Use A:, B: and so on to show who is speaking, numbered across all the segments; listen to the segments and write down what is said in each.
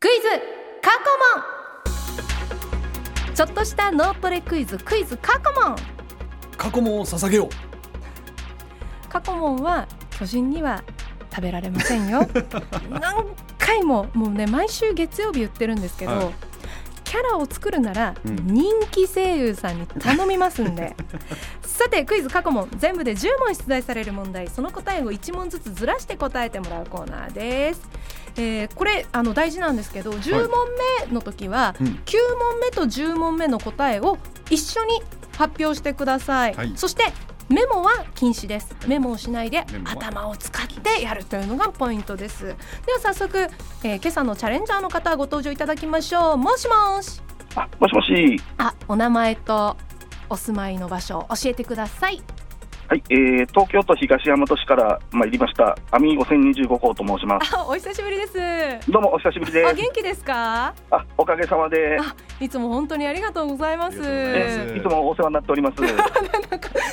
A: クイズ過去問ちょっとした脳トレクイズクイズ過去問
B: 過去問を捧げよう
A: 過去問は巨人には食べられませんよ 何回ももうね毎週月曜日言ってるんですけど、
B: はい
A: キャラを作るなら
B: うん
A: 人気声優さんに頼みますん で、さてクイズ過去問全部で10問出題される問題その答えを1問ずつずらして答えてもらうコーナーです、えーこれあの大事なんですけど10問目の時は、
B: うん
A: 9問目と10問目の答えを一緒に発表してください、
B: はい
A: そしてメモは禁止ですメモをしないで
B: メモは
A: 頭を使ってやるというのがポイントですでは早速、えー今朝のチャレンジャーの方ご登場いただきましょうもしもし
C: あ、もしもし。
A: あお名前とお住まいの場所を教えてください
C: はい、えー、東京都東大和市から参りました。アミーゴ1025号と申します。
A: あお久しぶりです
C: どうもお久しぶりで
A: あ
C: す。
A: 元気ですか
C: あ、おかげさまで
A: あ。いつも本当にありがとうございます
B: ありがとうございます
C: えいつもお世話になっております。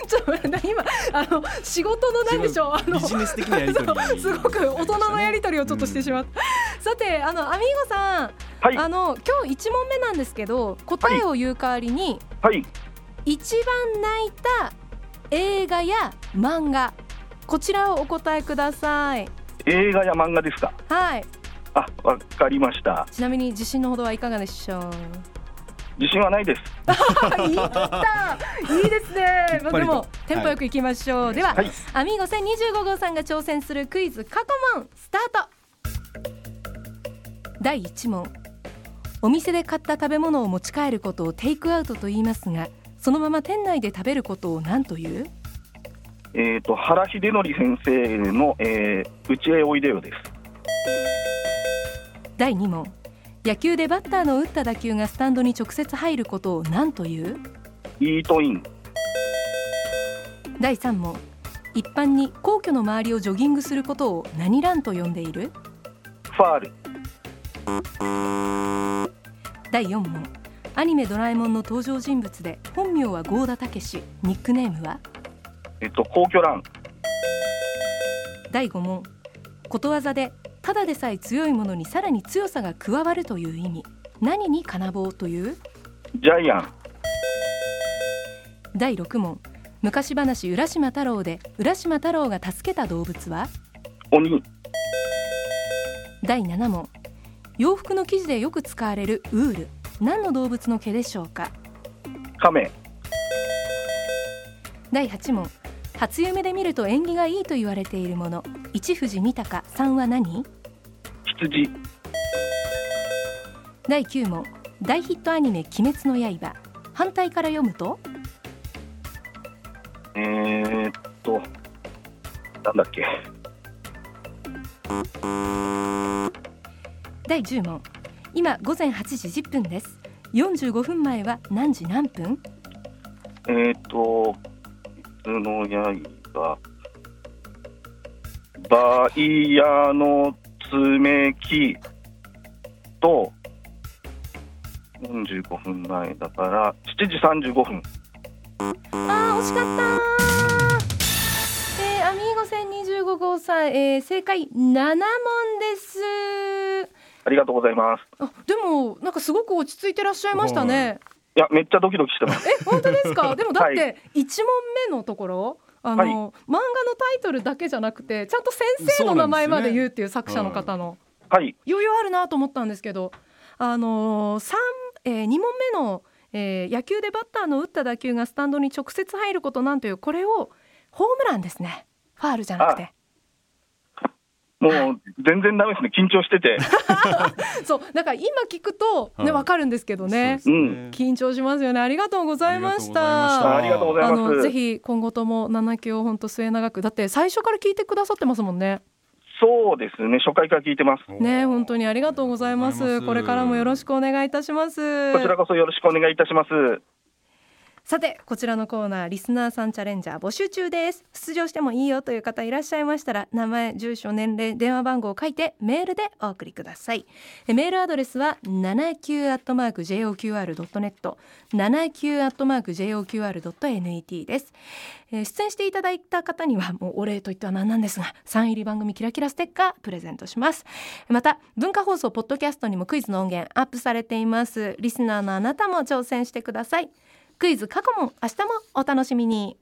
A: ちょっと待って今あの仕事の何でしょう あの
B: ビジネス的なやり取り
A: すごく大人のやり取りをちょっとしてしまった、さてあのアミーゴさん、
C: はい、
A: あの今日1問目なんですけど答えを言う代わりに、
C: はい。
A: 一番泣いた映画や漫画こちらをお答えください
C: 映画や漫画ですか。
A: はい
C: あ、わかりました。
A: ちなみに自信のほどはいかがでしょう
C: 自信はないです。
A: 言い切ったいいですねまあ
B: ぱ
A: で
B: りと
A: もテンポよくいきましょう、では、
C: はい
A: アミーゴ1025号さんが挑戦するクイズ過去問スタート第1問お店で買った食べ物を持ち帰ることをテイクアウトと言いますがそのまま店内で食べることを何という
C: えっ、と原秀則先生の、えー、うちへおいでよです。
A: 第2問野球でバッターの打った打球がスタンドに直接入ることを何という
C: イートイン。
A: 第3問一般に皇居の周りをジョギングすることを何ランと呼んでいる
C: ファール。
A: 第4問アニメ「ドラえもん」の登場人物で本名は郷田武史ニックネームは
C: えっ、と皇居ラン。
A: 第5問ことわざでただでさえ強いものにさらに強さが加わるという意味何に金棒という
C: ジャイアン。
A: 第6問昔話浦島太郎で浦島太郎が助けた動物は
C: 鬼。
A: 第7問洋服の生地でよく使われるウール何の動物の毛でしょうか
C: 亀。
A: 第8問初夢で見ると縁起がいいと言われているもの一富士二鷹三は何
C: 羊。
A: 第9問大ヒットアニメ「鬼滅の刃」反対から読むと
C: えー、っとなんだっけ。
A: 第10問今午前8時10分です45分前は何時何分
C: えー、っと、普通の刃、バイヤの爪木と、45分前だから、7時35分。
A: あー惜しかったーえー、アミーゴ1025号さん、えー、正解7問です
C: ありがとうございます。
A: あでもなんかすごく落ち着いてらっしゃいましたね。
C: いや、めっちゃドキドキしてます。
A: え本当ですか？でもだっ
C: は
A: て一問目のところ。あの
C: はい
A: 漫画のタイトルだけじゃなくてちゃんと先生の名前まで言うっていう作者の方の、
C: はい、
A: 余裕あるなと思ったんですけど、あのー三えー、2問目の、えー野球でバッターの打った打球がスタンドに直接入ることなんというこれをホームランですねファールじゃなくて
C: もう全然ダメですね。緊張してて。
A: そうだから今聞くと、ね
B: はい
A: わかるんですけどね
C: う
A: 緊張しますよねありがとうございました。
C: あありがとうござい
A: あ
C: ます
A: のぜひ今後とも七級を本当末永くだって最初から聞いてくださってますもんね。
C: そうですね。初回から聞いてます。
A: ね本当にありがとうございます。これからもよろ
B: し
A: しくお願いいたします。
C: こちらこそよろしくお願いいたします。
A: さてこちらのコーナーリスナーさんチャレンジャー募集中です出場してもいいよという方いらっしゃいましたら名前住所年齢電話番号を書いてメールでお送りくださいえメールアドレスは 79-joqr.net 79-joqr.net ですえー出演していただいた方にはもうお礼といっては何なんですがサイン入り番組キラキラステッカープレゼントしますまた文化放送ポッドキャストにもクイズの音源アップされていますリスナーのあなたも挑戦してくださいクイズ過去問明日もお楽しみに